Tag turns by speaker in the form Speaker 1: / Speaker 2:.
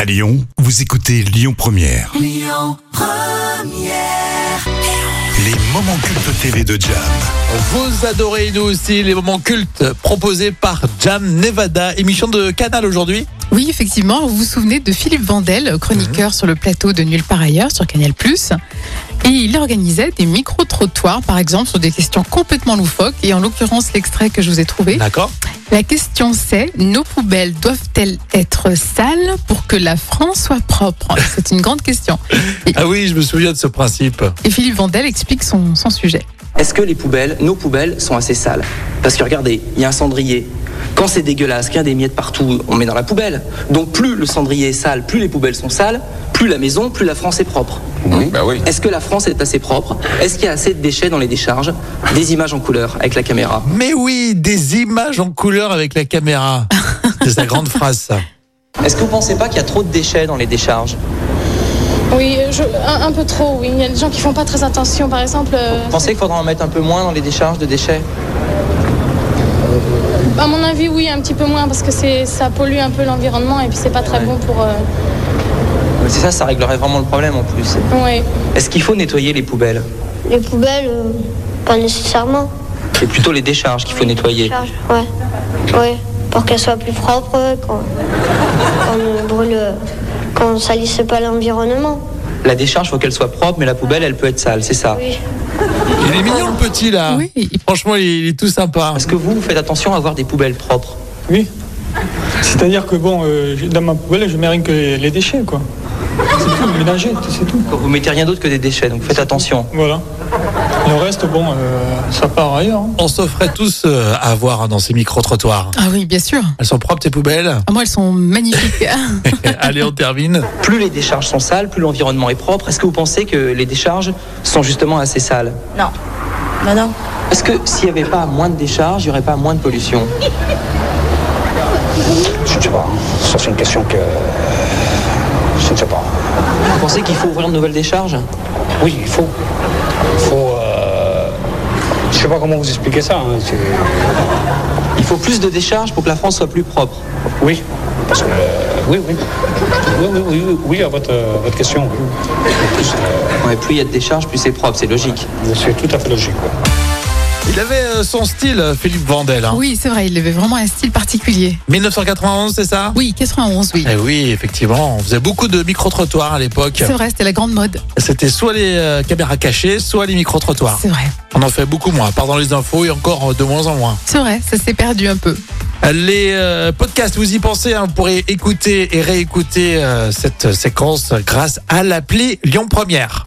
Speaker 1: À Lyon, vous écoutez Lyon Première. Les moments cultes TV de Jam.
Speaker 2: Vous adorez nous aussi les moments cultes proposés par Jam Nevada, émission de Canal aujourd'hui.
Speaker 3: Oui, effectivement, vous vous souvenez de Philippe Vandel, chroniqueur sur le plateau de Nulle part ailleurs sur Canal+. Et il organisait des micro-trottoirs, par exemple, sur des questions complètement loufoques. Et en l'occurrence, l'extrait que je vous ai trouvé,
Speaker 2: D'accord
Speaker 3: la question c'est « Nos poubelles doivent-elles être sales pour que la France soit propre ?» C'est une grande question.
Speaker 2: Ah oui, je me souviens de ce principe.
Speaker 3: Et Philippe Vandel explique son, son sujet.
Speaker 4: Est-ce que les poubelles, nos poubelles, sont assez sales Parce que regardez, il y a un cendrier. Quand c'est dégueulasse, qu'il y a des miettes partout, on met dans la poubelle. Donc plus le cendrier est sale, plus les poubelles sont sales, plus la maison, plus la France est propre. Hmm Est-ce que la France est assez propre Est-ce qu'il y a assez de déchets dans les décharges Des images en couleur avec la caméra.
Speaker 2: Mais oui, des images en couleur avec la caméra. C'est sa grande phrase, ça.
Speaker 4: Est-ce que vous pensez pas qu'il y a trop de déchets dans les décharges
Speaker 5: Oui, je- un, un peu trop, oui. Il y a des gens qui font pas très attention, par exemple. euh,
Speaker 4: Vous pensez qu'il faudra en mettre un peu moins dans les décharges de déchets
Speaker 5: à mon avis, oui, un petit peu moins, parce que c'est, ça pollue un peu l'environnement et puis c'est pas très
Speaker 4: Ouais.
Speaker 5: bon pour. euh,
Speaker 4: C'est ça, ça réglerait vraiment le problème en plus.
Speaker 5: ouais.
Speaker 4: Est-ce qu'il faut nettoyer les poubelles
Speaker 6: Les poubelles, euh, pas nécessairement.
Speaker 4: C'est plutôt les décharges qu'il faut nettoyer.
Speaker 6: Charge, ouais. Ouais, pour qu'elles soient plus propres euh, quand, quand on brûle, euh, quand on salisse pas l'environnement.
Speaker 4: La décharge, faut qu'elle soit propre, mais la poubelle, elle peut être sale, c'est ça.
Speaker 6: Oui.
Speaker 2: Il est mignon, le petit, là.
Speaker 3: Oui, il-
Speaker 2: Franchement, il il est tout sympa.
Speaker 4: Est-ce que vous, vous faites attention à avoir des poubelles propres
Speaker 7: Oui. C'est-à-dire que bon, euh, dans ma poubelle, je mets rien que les, les déchets, quoi. C'est tout, mélanger, t- c'est tout.
Speaker 4: Vous mettez rien d'autre que des déchets, donc faites attention.
Speaker 7: Voilà. Le reste, bon, euh, ça part ailleurs. hein.
Speaker 2: On s'offrait tous euh, à avoir hein, dans ces micro-trottoirs.
Speaker 3: Ah oui, bien sûr.
Speaker 2: Elles sont propres, tes poubelles
Speaker 3: Ah, Moi, elles sont magnifiques.
Speaker 2: Allez, on termine.
Speaker 4: Plus les décharges sont sales, plus l'environnement est propre. Est-ce que vous pensez que les décharges sont justement assez sales
Speaker 8: Non. Non, non.
Speaker 4: Est-ce que s'il n'y avait pas moins de décharges, il n'y aurait pas moins de pollution
Speaker 9: Je ne sais pas. Ça, c'est une question que. Je ne sais pas.
Speaker 4: Vous pensez qu'il faut ouvrir de nouvelles décharges
Speaker 9: Oui, il faut. Il faut. euh, Je ne sais pas comment vous expliquer ça. hein. C'est-
Speaker 4: Il faut plus de décharges pour que la France soit plus propre.
Speaker 9: Oui. Parce que. euh, Oui, oui. Oui, oui, oui, oui, oui, à votre, euh, votre question. oui. En plus, euh,
Speaker 4: Ouais, plus il y a de décharges, plus c'est propre, c'est logique.
Speaker 9: C'est tout à fait logique. quoi.
Speaker 2: Il avait euh, son style, euh, Philippe Vandel. hein.
Speaker 3: oui, c'est vrai, il avait vraiment un style particulier.
Speaker 2: 1991, c'est ça
Speaker 3: Oui, 91, oui.
Speaker 2: Eh oui, effectivement, on faisait beaucoup de micro-trottoirs à l'époque.
Speaker 3: C'est vrai, c'était la grande mode.
Speaker 2: C'était soit les euh, caméras cachées, soit les micro-trottoirs.
Speaker 3: C'est vrai.
Speaker 2: On en fait beaucoup moins, à part dans les infos et encore euh, de moins en moins.
Speaker 3: C'est vrai, ça s'est perdu un peu.
Speaker 2: Les euh, podcasts, vous y pensez, hein, vous pourrez écouter et réécouter euh, cette séquence grâce à l'appli Lyon Première.